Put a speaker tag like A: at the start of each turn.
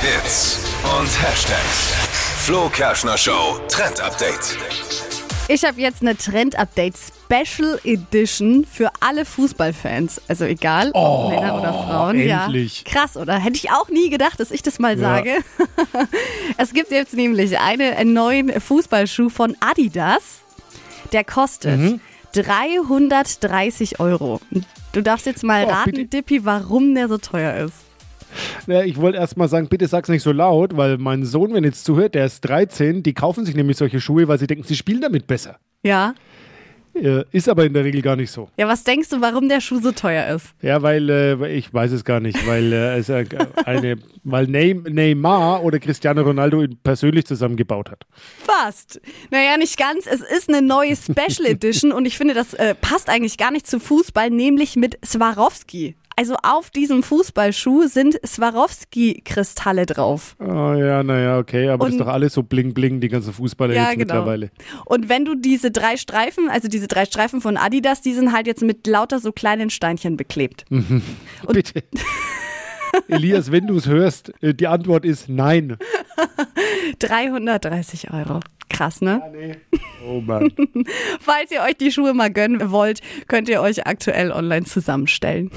A: Hits und Hashtags. Flo Kerschner Show Trend Update.
B: Ich habe jetzt eine Trend-Update Special Edition für alle Fußballfans. Also egal, ob Männer oder Frauen.
C: Oh, endlich.
B: Ja. Krass, oder? Hätte ich auch nie gedacht, dass ich das mal sage. es gibt jetzt nämlich eine, einen neuen Fußballschuh von Adidas. Der kostet
C: Mhm.
B: 330 Euro. Du darfst jetzt mal
C: Oh,
B: raten,
C: bitte.
B: Dippi, warum der so teuer ist.
C: Ja, ich wollte erst mal sagen, bitte sag's nicht so laut, weil mein Sohn, wenn jetzt zuhört, der ist 13, die kaufen sich nämlich solche Schuhe, weil sie denken, sie spielen damit besser.
B: Ja?
C: Äh, ist aber in der Regel gar nicht so.
B: Ja, was denkst du, warum der Schuh so teuer ist?
C: Ja, weil äh, ich weiß es gar nicht, weil äh, es äh, eine, weil Ney- Neymar oder Cristiano Ronaldo ihn persönlich zusammengebaut hat.
B: Fast. Naja, nicht ganz. Es ist eine neue Special Edition und ich finde, das äh, passt eigentlich gar nicht zu Fußball, nämlich mit Swarovski. Also auf diesem Fußballschuh sind Swarovski-Kristalle drauf.
C: Oh, ja, naja, okay, aber das ist
B: Und- genau.
C: doch alles so bling bling, die ganzen Fußballer jetzt mittlerweile.
B: Und wenn du diese drei Streifen, also diese drei Streifen von Adidas, die sind halt jetzt mit lauter so kleinen Steinchen beklebt.
C: Hm.
B: Und-
C: Bitte. Elias, wenn du es hörst, äh, die Antwort ist nein.
B: 330 Euro. Krass, ne?
C: Oh Mann.
B: Falls ihr euch die Schuhe mal gönnen wollt, könnt ihr euch aktuell online zusammenstellen.